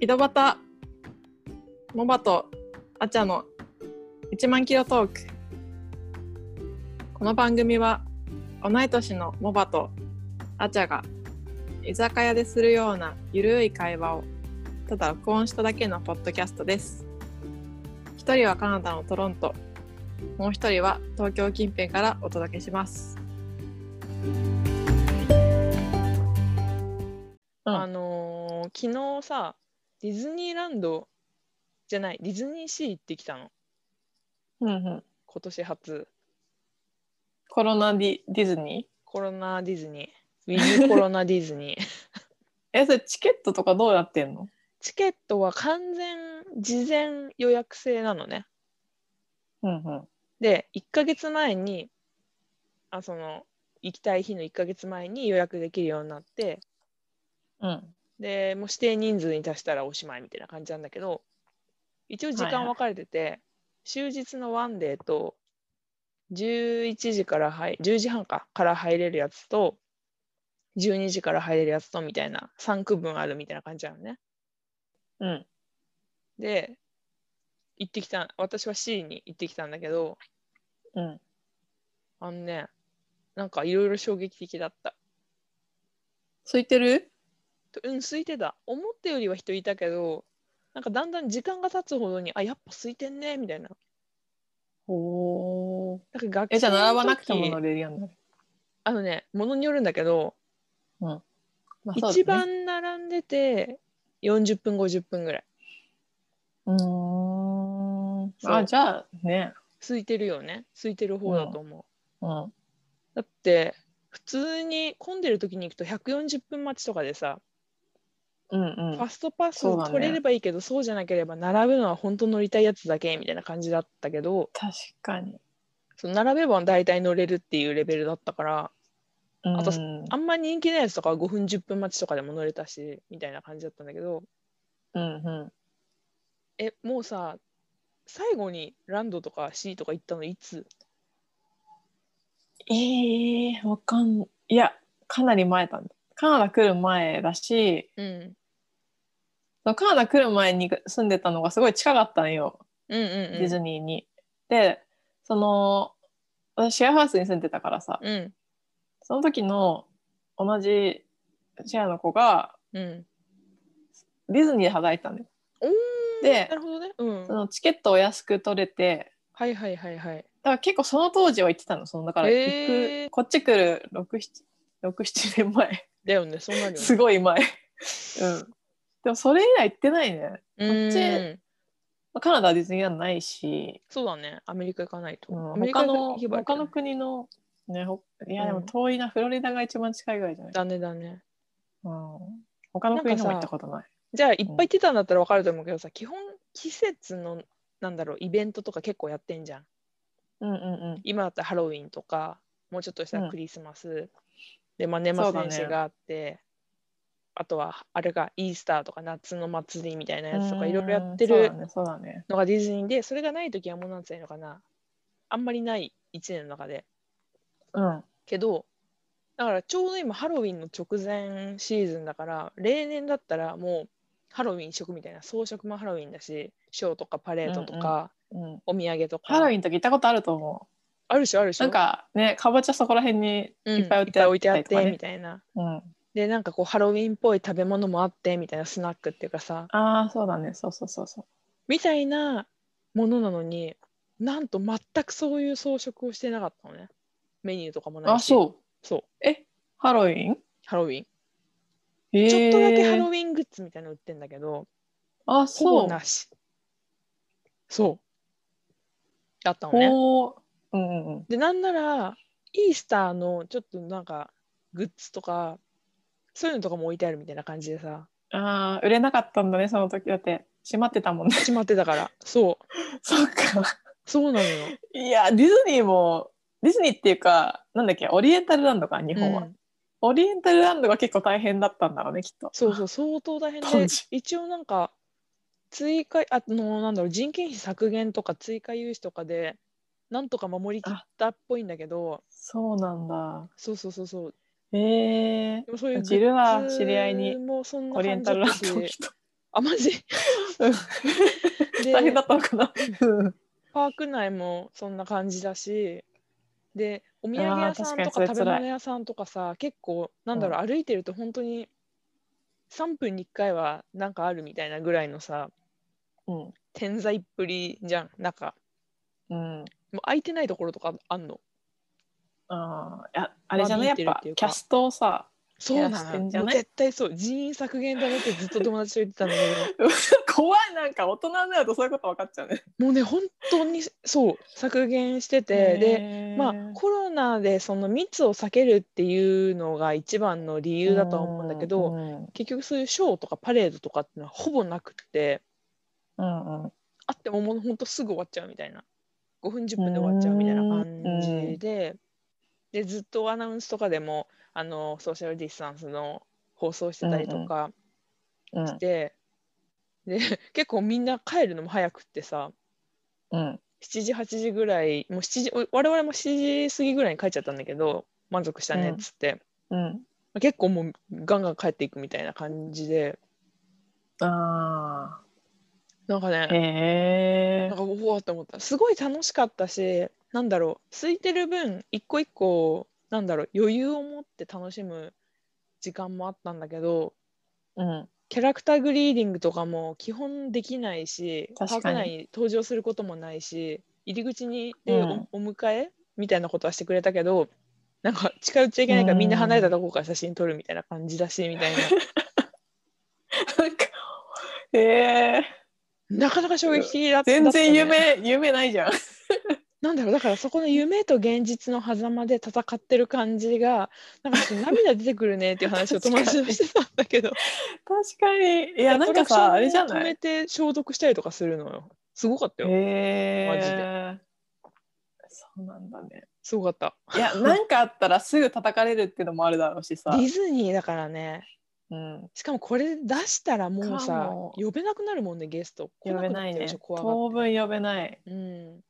井戸端モバとアチャの1万キロトークこの番組は同い年のモバとアチャが居酒屋でするようなゆるい会話をただ録音しただけのポッドキャストです一人はカナダのトロントもう一人は東京近辺からお届けします、うんあのー昨日さディズニーランドじゃないディズニーシー行ってきたのうんうん、今年初コロナディディズニーコロナディズニーウィズコロナディズニー えそれチケットとかどうやってんのチケットは完全事前予約制なのねうんうんで1ヶ月前にあその行きたい日の1ヶ月前に予約できるようになってうんでもう指定人数に達したらおしまいみたいな感じなんだけど一応時はいは間い分かれてて、終日のワンデーと11時から入10時半かから入れるやつと12時から入れるやつとみたいな3区分あるみたいな感じなのね。うんで行ってきた私は C に行ってきたんだけどうんあのねなんかいろいろ衝撃的だった。空いてるとうん空いてた思ったよりは人いたけどなんかだんだん時間が経つほどにあやっぱ空いてんねみたいなおなんか学えじゃあ生並の時ばなくても乗れるようになる、あのねものによるんだけど、ま一番並んでて40分50分ぐらいうだねうーんそうあじゃあね空いてるよね空いてる方だと思う、うんだって普通に混んでる時に行くと140分待ちとかでさ、うんうフんァストパスそうだね取れればいいけどそう,、じゃなければ並ぶのは本当乗りたいやつだけみたいな感じだったけど確かにその並べば大体乗れるっていうレベルだったからうんあとあんま人気ないやつとかは5分10分待ちとかでも乗れたしみたいな感じだったんだけどうんうんえもうさ最後にランドとか C とか行ったのいつえー、わかんいやかなり前だカナダ来る前だしうんそのカナダ来る前に住んでたのがすごい近かったんよ、うんうんディズニーに。でその私シェアハウスに住んでたからさうんその時の同じシェアの子がうんディズニーで働いてたんだよ。おーでなるほどねうんそのチケットを安く取れてはいはいはいはいだから結構その当時は行ってたのそのだから行く、へーこっち来る67年前だよねそうなるよねすごい 前うんでもそれ以来行ってないねうっちーんまあカナダはディズニーランドないし、そうだねアメリカ行かないと、うんアメリカ他行のけばいいけ他どねの国のねほいやうんでも遠いな、フロリダが一番近いぐらいじゃないだねだねうん他の国のも行ったことない。じゃあいっぱい行ってたんだったら分かると思うけどさ基本季節のなんだろうイベントとか結構やってんじゃんうんうんうん。今だったらハロウィンとかもうちょっとしたらクリスマス、で、まあ、年そ末うだね年始があって、あとはあれがイースターとか夏の祭りみたいなやつとかいろいろやってるうんそうだね、そうだね。のがディズニーでそれがない時はもうなんつうのかなあんまりない1年の中でうん。けどだからちょうど今ハロウィンの直前シーズンだから例年だったらもうハロウィン一色みたいな装飾もハロウィンだしショーとかパレードとか、うん、お土産とかハロウィンの時行ったことあると思あるでしょあるでう。しょなんかね、かぼちゃそこら辺にうんいっぱい置いていあ置っいてたあっりとかてねみたいなうん、あでなんかこうハロウィンっぽい食べ物もあってみたいなスナックっていうかさあー、そうだね。そうそうそうそう。みたいなものなのになんと全くそういう装飾をしてなかったのねメニューとかもないしあ、そう。そうえ、ハロウィンハロウィンへーちょっとだけハロウィングッズみたいなの売ってんだけどあ、ほそぼう。なしそうだったのねほう。うんうんうん。でなんならイースターのちょっとなんかグッズとかそういうのとかも置いてあるみたいな感じでさああ、売れなかったんだね、その時。だって、閉まってたもんね。しまってたから そうそっか。そうなのよいや、ディズニーも、ディズニーっていうか、なんだっけ、オリエンタルランドか、日本は。うんオリエンタルランドが結構大変だったんだろうね、きっと。そうそう、相当大変で当時、一応なんか、追加、あの、なんだろう、人件費削減とか追加融資とかで、なんとか守りきったっぽいんだけど、そうなんだ。そうそうそうそう、ええでもそういうジルは知り合いにグッズもそんなオリエンタルランド感をじだった来し、た。あマ ジ で大変だったのかな。パーク内もそんな感じだしでお土産あー屋さんと確かにかそれ食べ物屋さんとかさ結構なんだろう、歩いてると本当に3分に1回はなんかあるみたいなぐらいのさうん。点在っぷりじゃんなんかうん。もう空いてないところとかあんのあーいやあれじゃないやっ間引いてるぱっていうかキャストをさそう減らなしのてんじゃもうない絶対そう人員削減だねってずっと友達と言ってたんだけ 怖いなんか大人になるとそういうこと分かっちゃうね。ど もうね本当にそう削減しててででまあ、コロナでその密を避けるっていうのが一番の理由だとは思うんだけど、うん結局そういうショーとかパレードとかってのはほぼなくってうんうんあってももうほんとすぐ終わっちゃうみたいな5分10分で終わっちゃうみたいな感じででずっとアナウンスとかでもあのソーシャルディスタンスの放送してたりとかうんして、で 結構みんな帰るのも早くってさうん7時8時ぐらいもう7時我々も7時過ぎぐらいに帰っちゃったんだけど満足したねっつって。うん結構もうガンガン帰っていくみたいな感じであなんかねーへーなんかうわーって思ったすごい楽しかったしなんだろう空いてる分一個一個なんだろう余裕を持って楽しむ時間もあったんだけどうんキャラクターグリーディングとかも基本できないしパ確ーかクに内に登場することもないし入り口にでお,、うんお迎えみたいなことはしてくれたけどなんか近寄っちゃいけないからみんな離れたとこから写真撮るみたいな感じだしみたいななんかへー なかなか衝撃的だった、全然だったね夢夢ないじゃん。なんだろうだからそこの夢と現実の狭間で戦ってる感じがなんかちょっと涙出てくるねっていう話を確友かに達としてたんだ けど確かにいやなんかさあれじゃなアトラいクションを止めて消毒したりとかするのよすごかったよ、へマジえそうなんだねすごかったいやなんかあったらすぐ叩かれるっていうのもあるだろうしさデ、ィズニーだからねうん、しかもこれ出したらもうかさも呼べなくなるもんねゲスト呼べない来くねるでしょ怖が当分呼べないってうん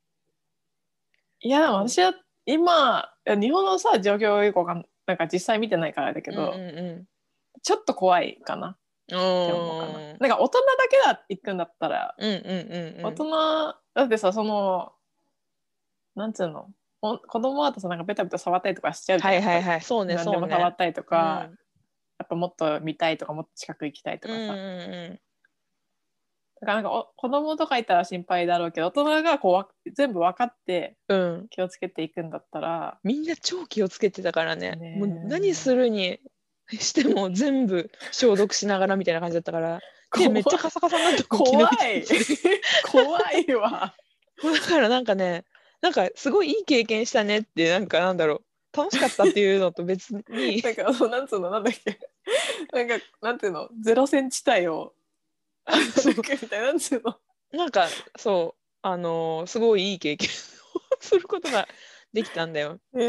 いやでも私は今いや日本のさ状況はよくわかんなんか実際見てないからあれだけど、うんうんうんちょっと怖いかなうって思うかな。んなんか大人だけだ行くんだったら、うんうんうん大人だってさそのなんつうのお子供だとさなんかベタベタ触ったりとかしちゃうじゃんはいはいはいそうね何そうでねも触ったりとか、うんやっぱもっと見たいとかもっと近く行きたいとかうさ、んうんだうんからなんかお子供とかいたら心配だろうけど大人がこうわ全部分かってうん気をつけていくんだったらみんな超気をつけてたからねねえもう何するにしても全部消毒しながらみたいな感じだっ たから手めっちゃカサカサになったの怖昨い日怖い わだからなんかねなんかすごいいい経験したねってなんかなんだろう楽しかったっていうのと別 になんかそうなんつうのなんだっけなんかなんていうのゼロ戦地帯をそうみたい ななんつうの なんかそうあのーすごいいい経験をすることができたんだよ。えい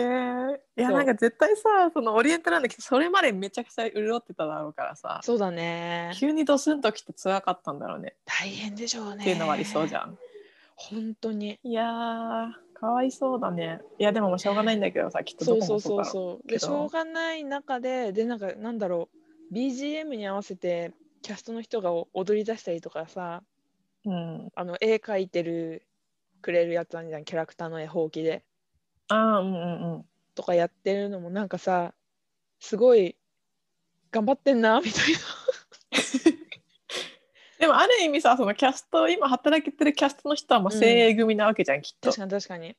やそうなんか絶対さそのオリエンタルなんだけどそれまでめちゃくちゃ潤ってただろうからさそうだね急にドスンときてつらかったんだろうね大変でしょうね。っていうのはありそうじゃん。ゃん、本当にいやーかわいそうだねいやでももうしょうがないんだけどさきっとどそうこそうもそそうだうろうそうでけしどょうがない中ででなんかなんだろう BGM に合わせてキャストの人がお踊り出したりとかさうんあの絵描いてるくれるやつあるじゃんキャラクターの絵ほうきであーうんうんうんとかやってるのもなんかさすごい頑張ってんなみたいなでもある意味さそのキャスト今働けてるキャストの人はもう精鋭組なわけじゃん、きっと確かに確かに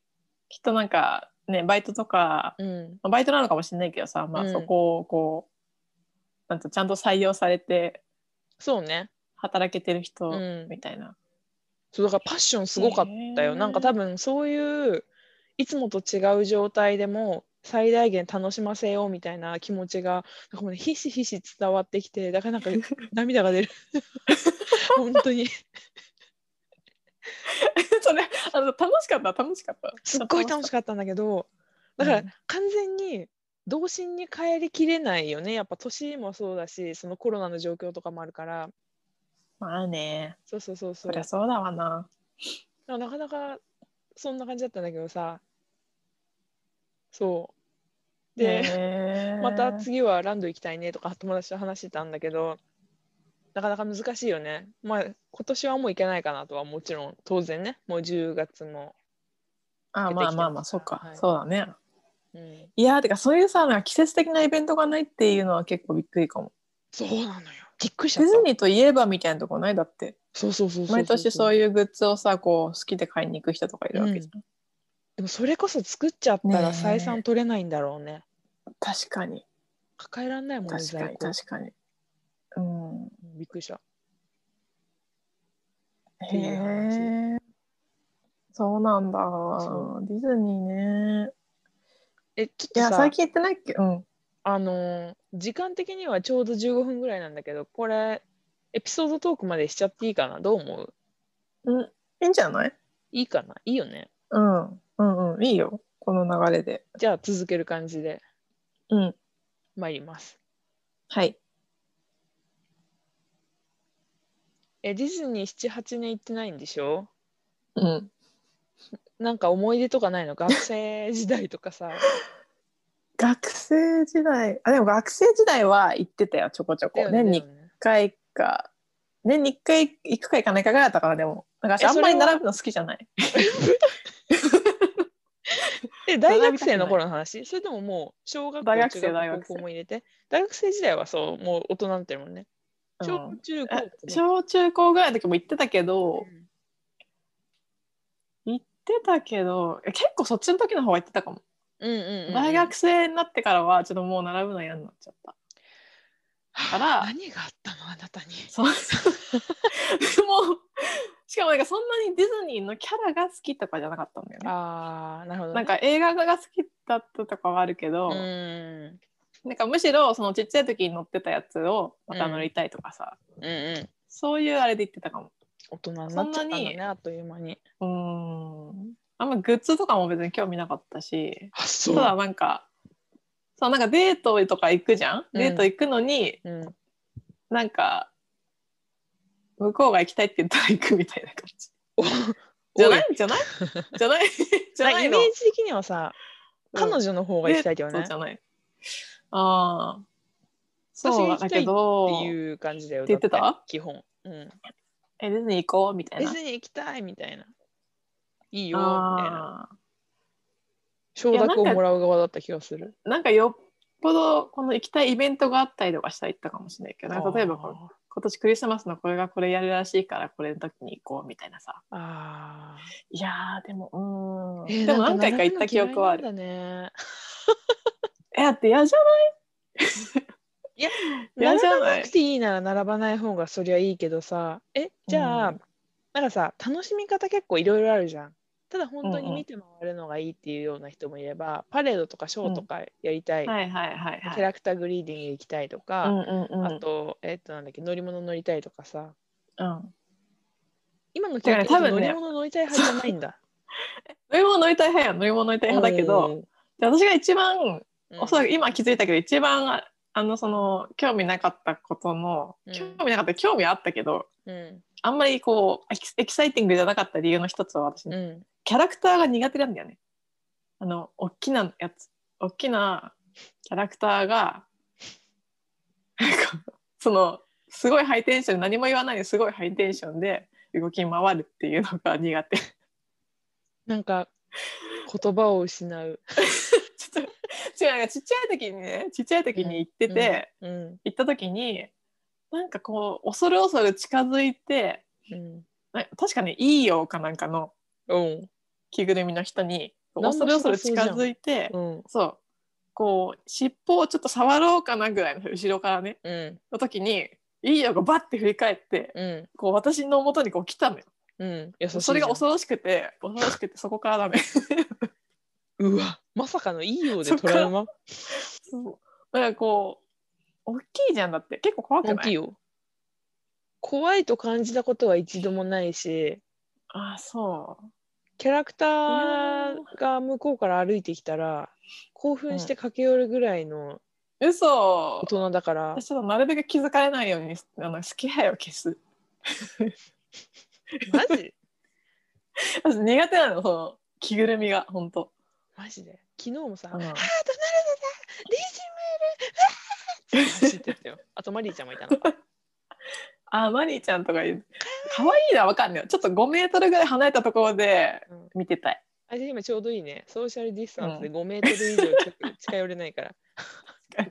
きっとなんかねバイトとか、うんまあバイトなのかもしれないけどさ、まあ、うんそこをこう、なんとちゃんと採用されてそうね働けてる人うんみたいな。そうだからパッションすごかったよ、へーなんか多分そういういつもと違う状態でも最大限楽しませようみたいな気持ちがなんかもうねひしひし伝わってきてだ からなんか涙が出る本当に それあの楽しかった楽しかった。すっごい楽しかかったんだけどだからうん完全に童心に帰りきれないよねやっぱ年もそうだしそのコロナの状況とかもあるからった。まあねそうそうそうそそうりゃそうだわな。ななかなかそんな感じだったんだけどさそうで、へーまた次はランド行きたいねとか友達と話してたんだけどなかなか難しいよね。まあ今年はもういけないかなとはもちろん当然ねもう10月も。あ出てまきてまあすまあまあそうか、はいそうだねうん、いやーてかそういうさなんか季節的なイベントがないっていうのは結構びっくりかもそうなのよ。びっくりしちゃデっィたズ。ニーといえばみたいなとこないだってそうそうそうそう毎年そうう。いうグッズをさこう好きで買いに行く人とかいるわけじゃん、でもそれこそ作っちゃったねらえ採算取れないんだろうね。確かに抱えられないもんね。確か在に庫確かにうんうんびっくりした。へえそうなんだそディズニーねえちょっいとやさ最近行ってないっけうんあのー時間的にはちょうど15分ぐらいなんだけどこれエピソードトークまでしちゃっていいかなどう思ううんいいんじゃないいいかないいよね。うんうんうんいいよこの流れでじゃあ続ける感じでうん参ります。はいえディズニー78年行ってないんでしょうんなんか思い出とかないの学生時代とかさ学生時代あでも学生時代は行ってたよち ょこちょだこよね年にだ1よね回か年に1回行くか行かないかぐらいだったからでもなんか私えあんまりそれは並ぶの好きじゃないえ大学生の頃の話それとももう小学校大学生中学校大学生高校も入れて大学生時代はそうもう大人になってるもんね小うん中高あ小中高ぐらいの時も行ってたけどうん行ってたけどえ結構そっちの時の方が行ってたかもうんうんうん大学生になってからはちょっともう並ぶの嫌になっちゃったかから何があったのあなたにそうもうしかもなんかそんなにディズニーのキャラが好きとかじゃなかったんだよねああなるほど、ね、なんか映画が好きだったとかはあるけど、うんなんかむしろそのちっちゃい時に乗ってたやつをまた乗りたいとかさ、うんうんそういうあれで言ってたかも大人になっちゃったんだそんなにねあっという間にうーんあんまグッズとかも別に興味なかったしあそただなんかそうなんかデートとか行くじゃん、デート行くのにうん、なんか向こうが行きたいって言ったら行くみたいな感じじゃないじゃないじゃ ないじゃななんかいイのメージ的にはさ彼女の方が行きたいけどそね、うじっゃないああそうだけどていう感じだよって言ってただ基本、うん、えディズニー行こうみたいデなィズニー行きたいみたいないいよみたいなあ承いやなん諾かをもらう側だった気がするーなんかよっぽどこの行きたいイベントがあったりとかしたら行ったかもしれないけどなんか例えばこの今年クリスマスのこれがこれやるらしいからこれの時に行こうみたいなさあいやーでもうーーん、でも何回か行った記憶はあるえーなんか並ぶの嫌いなんだねえだって嫌じゃ 嫌並じゃないばなくていいなら並ばない方がそりゃいいけどさえじゃあ、うんなんかさ楽しみ方結構いろいろあるじゃんただ本当うんにうん見て回るのがいいっていうような人もいれば、パレードとかショーとかやりたい、ないはいはいキャはいラクターグリーディング行きたいとうか、んうんうんあとえっ、となんだっけ乗り物乗りたいとかさうん今のキャラだからね多乗分ねり物乗りたい派じゃないんだ乗り物乗りたい派や乗り物乗りたい派だけどで私が一番うん、おそらく今気づいたけど一番あのその興味なかったことのうん興味なかった興味あったけどうんあんまりこうエキエキサイティングじゃなかった理由の一つは私うんキャラクターが苦手なんだよね。あの大きなやつ大きなキャラクターがなんかそのすごいハイテンション何も言わないですごいハイテンションで動き回るっていうのが苦手。ちなんか言葉を失う。ょっと違うなんかちっちゃい時にねちっちゃい時に行ってて。うん行った時になんかこう恐る恐る近づいてうんな確かねいいよかなんかのうん着ぐるみの人になん恐るか恐る近づいてうんそうこう尻尾をちょっと触ろうかなぐらいの後ろからねうんの時にいいよがバッて振り返ってうんこう私の元にこう来たのようん。優しいじゃんそれが恐ろしくて恐ろしくてそこからダ メうわまさかのいいようでそっトからラウマそうだからこう大きいじゃんだって結構怖く大なきいいよ。怖いと感じたことは一度もないしああそうキャラクターいやが向こうから歩いてきたら興奮して駆け寄るぐらいの嘘大人だから、私ちょっとなるべく気づかれないようにあの好き配を消すマジ私苦手なのその着ぐるみが本当マジで昨日もさ「あうんードナルドだディズニーメール!」って走ってったよ。あとマリーちゃんもいたの。あーマニーちゃんとか言う可愛いのはわかんないよちょっと5メートルぐらい離れたところでうん見てたいあれ今ちょうどいいね。ソーシャルディスタンスで5メートル以上近近寄れないから。確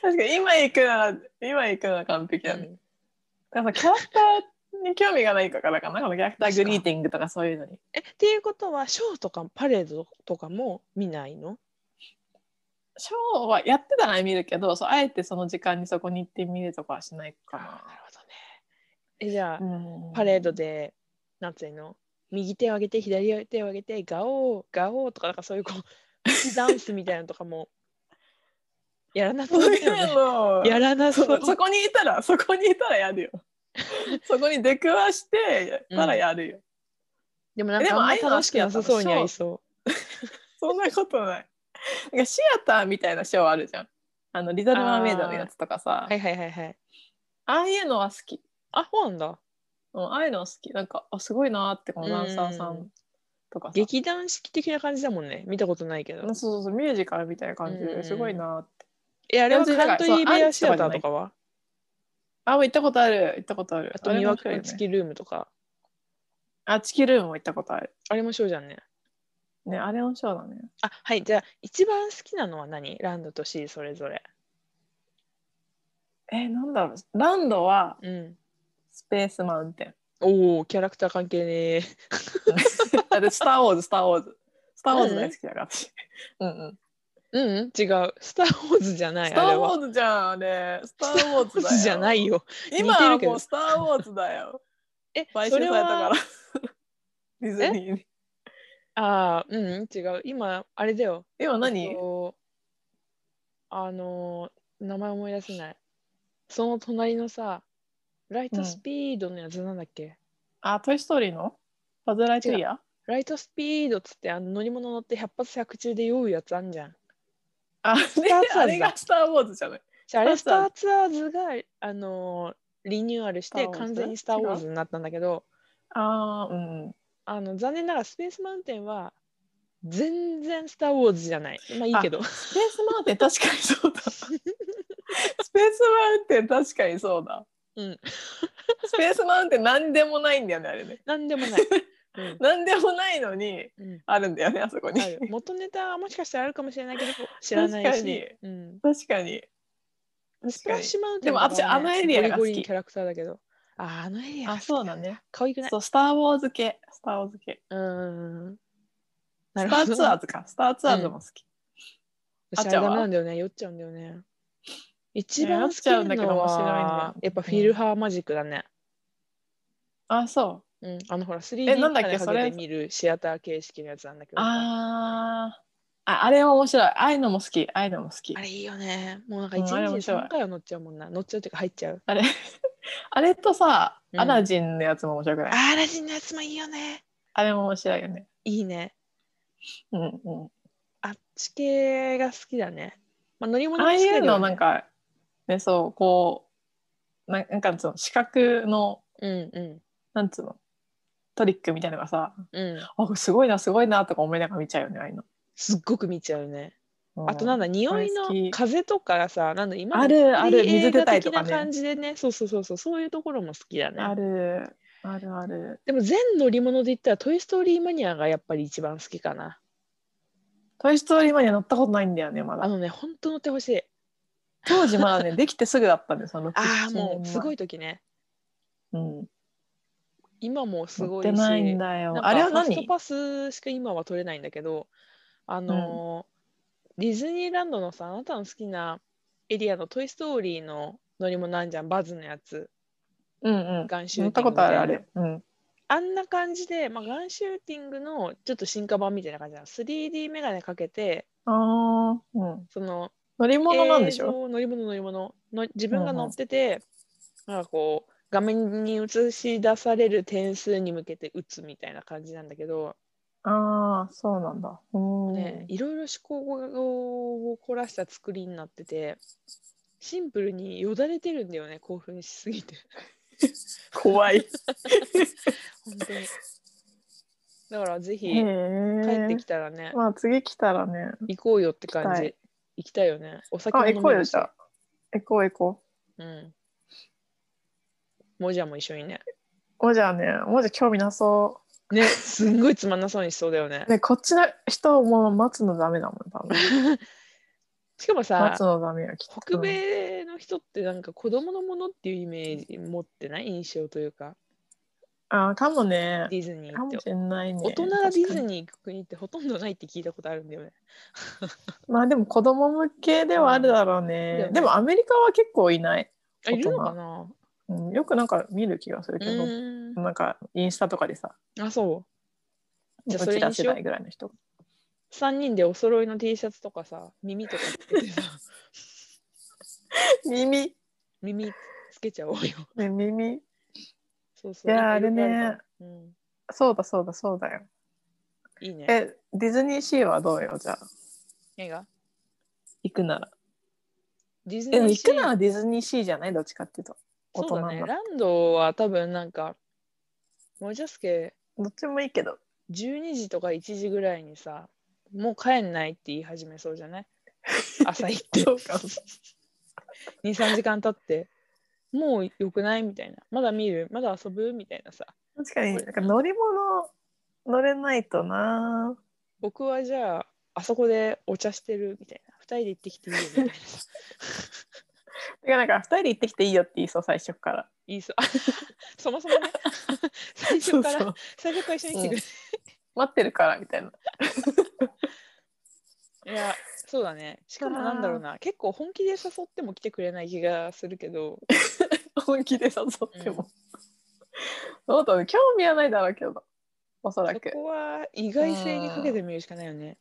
かに今行くなら今行くなら完璧だね、うんだからさキャラクターに興味がないからかなこのキャラクターグリーティングとかそういうのにえ、っていうことは、ショーとかパレードとかも見ないのショーはやってたら見るけどそうあえてその時間にそこに行って見るとかはしないかあーなるほどね。え、じゃあ、な、うんパレードで、なんていうの右手を上げて、左手を上げて、ガオー、ガオーとか、なんかそういうこう、口ダンスみたいなのとかも、やらなそそううだいようね。のやらなそ。そうそこにいたらそこにいたらやるよそこに出くわしてたらやるよ、でもなんでかもあんまああいうの楽しくなさそうにありそう。そんなことないなんかシアターみたいなショーあるじゃんあのリトル・マーメイドのやつとかさあ,、はいはいはいはい。あいうのは好きあ、そうなんだ。うんああいうのは好きなんかあすごいなーってこのダンサーさうんとかさ劇団式的な感じだもんね。見たことないけどう。んそうそうそうミュージカルみたいな感じうんですごいなーって、え、あれはでもカントリそーうベアアンチシとかアじゃタなーいとかはあもう行ったことある行ったことあるあとあれ魅面白い惑よ付ねきルームとか。あチキルームも行ったことあるあれもショーじゃんね。ねあれもショーだねあ、はい。じゃあ、一番好きなのは何ランドとシーそれぞれ。えーなんだろうランドはうん。スペースマウンテ ンおお、キャラクター関係ねえ。だってスター・ウォーズ、スター・ウォーズ。スター・ウォーズ大好きだから、私。うんうん。うん、うん、違う。スター・ウォーズじゃない。スター・ウあれはォーズじゃん、ねスター・ウォーズスタだーウォよ。ーズ じゃない。よ。今似てはるけどもうスター・ウォーズだよ。え、買収そされれたからは。。 ディズニーに。ああ、うん、違う。今、あれだよ。今何えっとあのー名前思い出せない。その隣のさ、ライうトんスピードのやつなんだっけ、あ、トイ・ストーリーのバズ・ライトイヤーライトスピードっつってあの乗り物乗って100発100中で酔うやつあんじゃん。あターれズだあれがスター・ウォーズじゃない。じゃああれススタターーツアーズが、あのーリニューアルしスてターウォーズ完全にスター・ウォーズになったんだけどあー、うん。あの残念ながらスペース・マウンテンは全然スター・ウォーズじゃない。まあいいけど。スペース・マウンテン確かにそう だ。スペース・マウンテン確かにそうだ。うん、スペース・マウンテン何でもないんだよね、あれね。 なんでも ない。うん何でもないのに、うんあるんだよね、あそこに あ。る元ネタはもしかしたらあるかもしれないけど知らないし。確かにうん、確かに。ス確プラかッに。シュマウンテでンもとかはね私あのエリアが好きゴリゴリキャラクターだけど。ああのエリアが好き。そうだね。可愛くない。そう、スター・ウォーズ系。スター・ウォーズ系。うーん。なスるタほー・ど。ツアーズか。スター・ツアーズも好き。私あれあっちゃんはダメなんだよね。酔っちゃうんだよね。一ね酔番好っきちゃなうんだけどの面白いんだよはやっぱフィルハーマジックだね。あ、そう。うん、あのほら 3D えなんだっけにかそけれて見るシアター形式のやつなんだけどさあーあ。あれは面白い。ああいうのも好き。ああいうのも好きあ。れいいよねもうなんかうん1日あれ面に白い3回は乗っちゃうもんな乗っちゃうっていうか入っちゃうあれ あれとさ、うんアラジンのやつも面白くない、あーアラジンのやつもいいよねあれも面白いよね。いいねうんうん。あっち系が好きだね、まあ、乗り物あもあ好きだいけうどのなんか、ね、そう、こう、ななんかその視覚の、うんうなんつうの、トリックみたいなのがさ、んうんあ、すごいな、すごいなとか思いながら見ちゃうよね、ああいうの。すっごく見ちゃうね。うんあとなんだ、匂い大好きの風とかさ、なんだ、今のあるある映画水出たりとかね的な感じでね、そうそうそうそう、そういうところも好きだあね。るあるある。でも全乗り物で言ったら、トイ・ストーリーマニアがやっぱり一番好きかな。トイ・ストーリーマニア乗ったことないんだよね、まあだ。のね、ほんと乗ってほしい。当時 まだね、できてすぐだったんですよ、そのああ、もうすごい。い時ね。うん、今もす乗ごっいし。てないんだなんよ。かあれはファス何トパスしか今は取れないんだけど、あのーディズニーランドのさ、あなたの好きなエリアのトイ・ストーリーの乗り物あんじゃん、バズのやつ。うんうん。ガンシュ乗ーっティたングこみとたあいるなあれ。うん。あんな感じで、まあ、ガンシューティングのちょっと進化版みたいな感じなの 3D メガネかけてああ、うん。その乗り物なんでし映ょ像乗り物乗り物の自分が乗ってて、なんかこう画面に映し出される点数に向けて打つみたいな感じなんだけど、ああ、そうなんだ。うん。ね、いろいろ思考を凝らした作りになっててシンプルによだれてるんだよね興奮しすぎて怖い。本当に だからぜひへ帰っえてき。たらねまあ次来たらね。行こうよって感行きじ。た行きたいよね。お酒あ、も行飲こうめよ、るしじゃあ。行こう行こうん。もじゃも一緒にね。もじゃねもじゃ興味なそね、すんごいつまんなそうにしそうだよねう。。ねこっちの人も待つのダメだもん多分しかもさ待つ、のダメよきっと北米の人ってなんか子供のものっていうイメージ持ってない印象というか、あかもねディズニかーっもてし。れないね大人がディズーニー行く国ってほとんどないって聞いたことあるんだよね。まあでも子供向けではあるだろうね、うんでもアメリカは結構いない、あ、いるのかなうん、よくなんか見る気がするうけど、ーん。なんかインスタとかでさあ、そう。じゃあうちらそれにし世よう代ぐらいの人3人でお揃いの T シャツとかさ、耳とかつけ てさ、耳耳つけちゃおうよ。ね耳そうそう。いやーあなんかよくれねるから。うんそうだそうだそうだよいいね。えディズニーシーはどうよじゃあ映画行くならディズニえー行シーくならディズニーシーじゃないどっちかっていうと大そ人うだなね。ランドは多分なんか、もうジャスケどっちもいいけど12時とか1時ぐらいにさ、もう帰んないって言い始めそうじ ゃない朝行って。そうかも2、3時間経って、もう良くないみたいな。まだ見るまだ遊ぶみたいなさ。確かになんか乗り物乗れないとな僕はじゃあ、あそこでお茶してるみたいな。2人で行ってきていいよみたいなさ。てかなんか2人で行ってきていいよって言いそう最初からいいさ。 そも そもね、最初かそら、うそう最初から一緒に来てくれ。待ってるからみたいないや、そうだね。しかもなんだろうな、結構本気で誘っても来てくれない気がするけど、本気で誘っても、そうだね興味はないだろうけどおそらそくこは意外性にかけてみるしかないよね。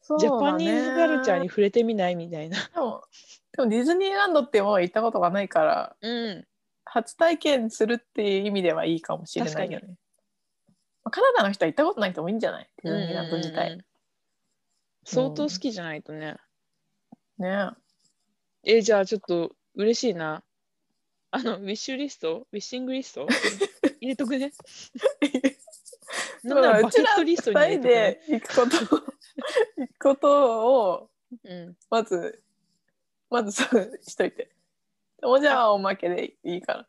そうジだャパニねーズカルチャーに触れてみないみたいな。でもでもディズニーランドってもう行ったことがないからうん。初体験するっていう意味ではいいかもしれないよね。まあカナダの人は行ったことない人もいいんじゃないディズニーランド自体。うんうんうん相当好きじゃないとね。ねえじゃあちょっと嬉しいな。あの、ウィッシュリストウィッシングリスト入れと くね。なんならバケットリストに入れ2人とくねで。行くことを行くことをうん。まずまずそうしといて。でもじゃあおまけでいいから。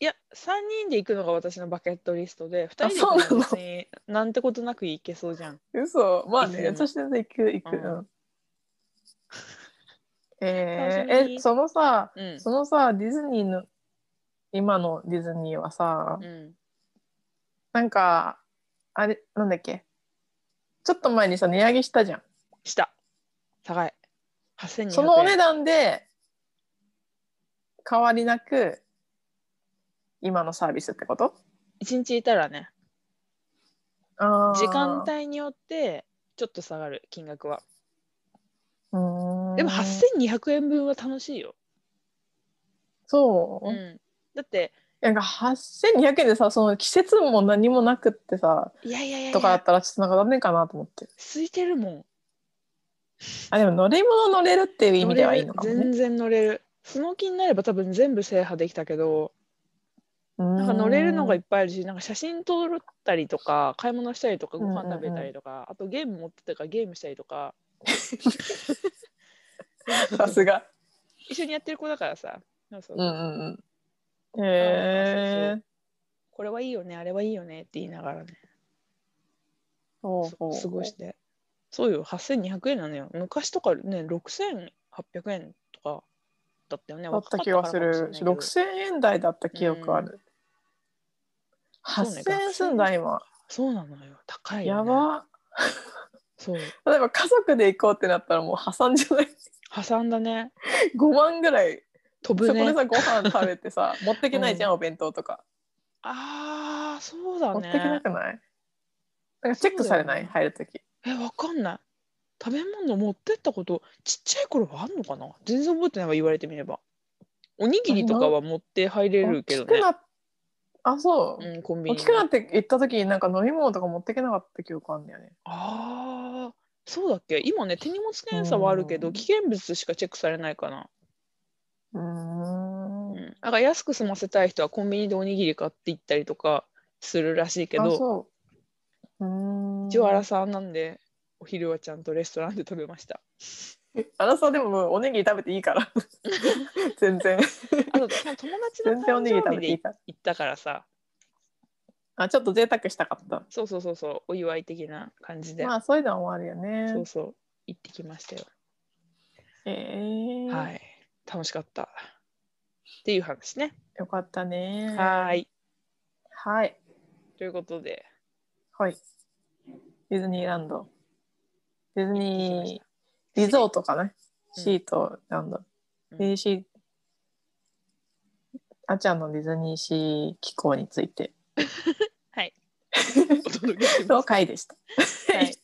いや、3人で行くのが私のバケットリストで、2あ人でそうなの行くのになんてことなく行けそうじゃん。嘘まあいいねねそして行く行く。ううんんえ楽しーみえそのさうん。そのさディズニーの今のディズニーはさ、うんなんかあれなんだっけちょっと前にさ値上げしたじゃん、した。高い。8200円。そのお値段で変わりなく今のサービスってこと一日いたらね、あー時間帯によってちょっと下がる金額は。うーんでも8200円分は楽しいよ。そう、うん。だって、なんか8200円でさその季節も何もなくってさいやいやいやいやとかだったらちょっとなんか残念かなと思って空いてるもん。あでも乗り物乗れるっていう意味ではいいのかも乗れるね全然乗れる。その気になれば多分全部制覇できたけど、ななんか乗れるのがいっぱいあるし、なんか写真撮ったりとか、買い物したりとか、ご飯食べたりとか、あとゲーム持ってたからゲームしたりとか、 さすが一緒にやってる子だからさ、そうそううんうんうん。へえ。これはいいよね、あれはいいよねって言いながらね。そそう過ごして。そうよ、8200円なのよ。昔とかね、6800円とかだったよね。だった気がする。六6000円台だった記憶ある。そうね8000円すんだ、今。そうなのよ、高いよ、やね。ば。そう、例えば家族で行こうってなったらもう破産じゃない。挟んだね、 5万ぐらい。飛そぶこでね。さ、ご飯食べてさ、持ってけないじゃん、お弁当とか。ああ、そうだ持ってけなね。くないなんかチェックされない、そう入るとき。え、わかんない。食べ物持ってったこと、ちっちゃい頃はあんのかな全然覚えてないわ、言われてみれば。おにぎりとかは持って入れる大けどきくね。なあ、そう。うん、コンビ大ニにきくなって行った時になんか飲み物とか持ってけなかった記憶あるんだよね。ああ、そうだっけ今ね、手荷物検査はあるけうど、ん危険物しかチェックされないかな。うーんうん。だから安く済ませたい人はコンビニでおにぎり買って行ったりとかするらしいけあど、そううーん一応アラサーなんで、お昼はちゃんとレストランで食べました。あらさでももうおにぎり食べていい から全然あとその友達の全然お誕にぎり食べ生日でていい行からったからさあちょっと贅沢したかったそうそうそうそうお祝い的な感じで、まあそういうのもあるよねそうそう行ってきましたよ、えーはい楽しかったっていう話ね、よかったねはーいはいというこ とではいディズニーランドディズ行ってきまニしーリゾートかな、うんシートランド、うん DC あちゃんのディズニーシー機構についてお届けしまのす回でしたはい、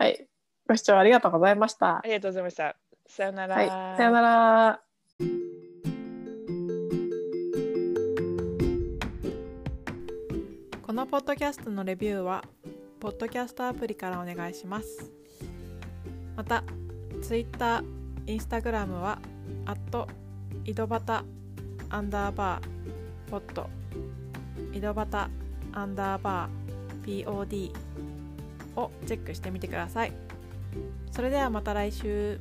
はいご視聴ありがとうございましたありがとうございましたさよなら、はい、さよなら。このポッドキャストのレビューはポッドキャストアプリからお願いしますまた Twitter、Instagram は井戸端アンダーバーポッド井戸端アンダーバー POD をチェックしてみてくださいそれではまた来週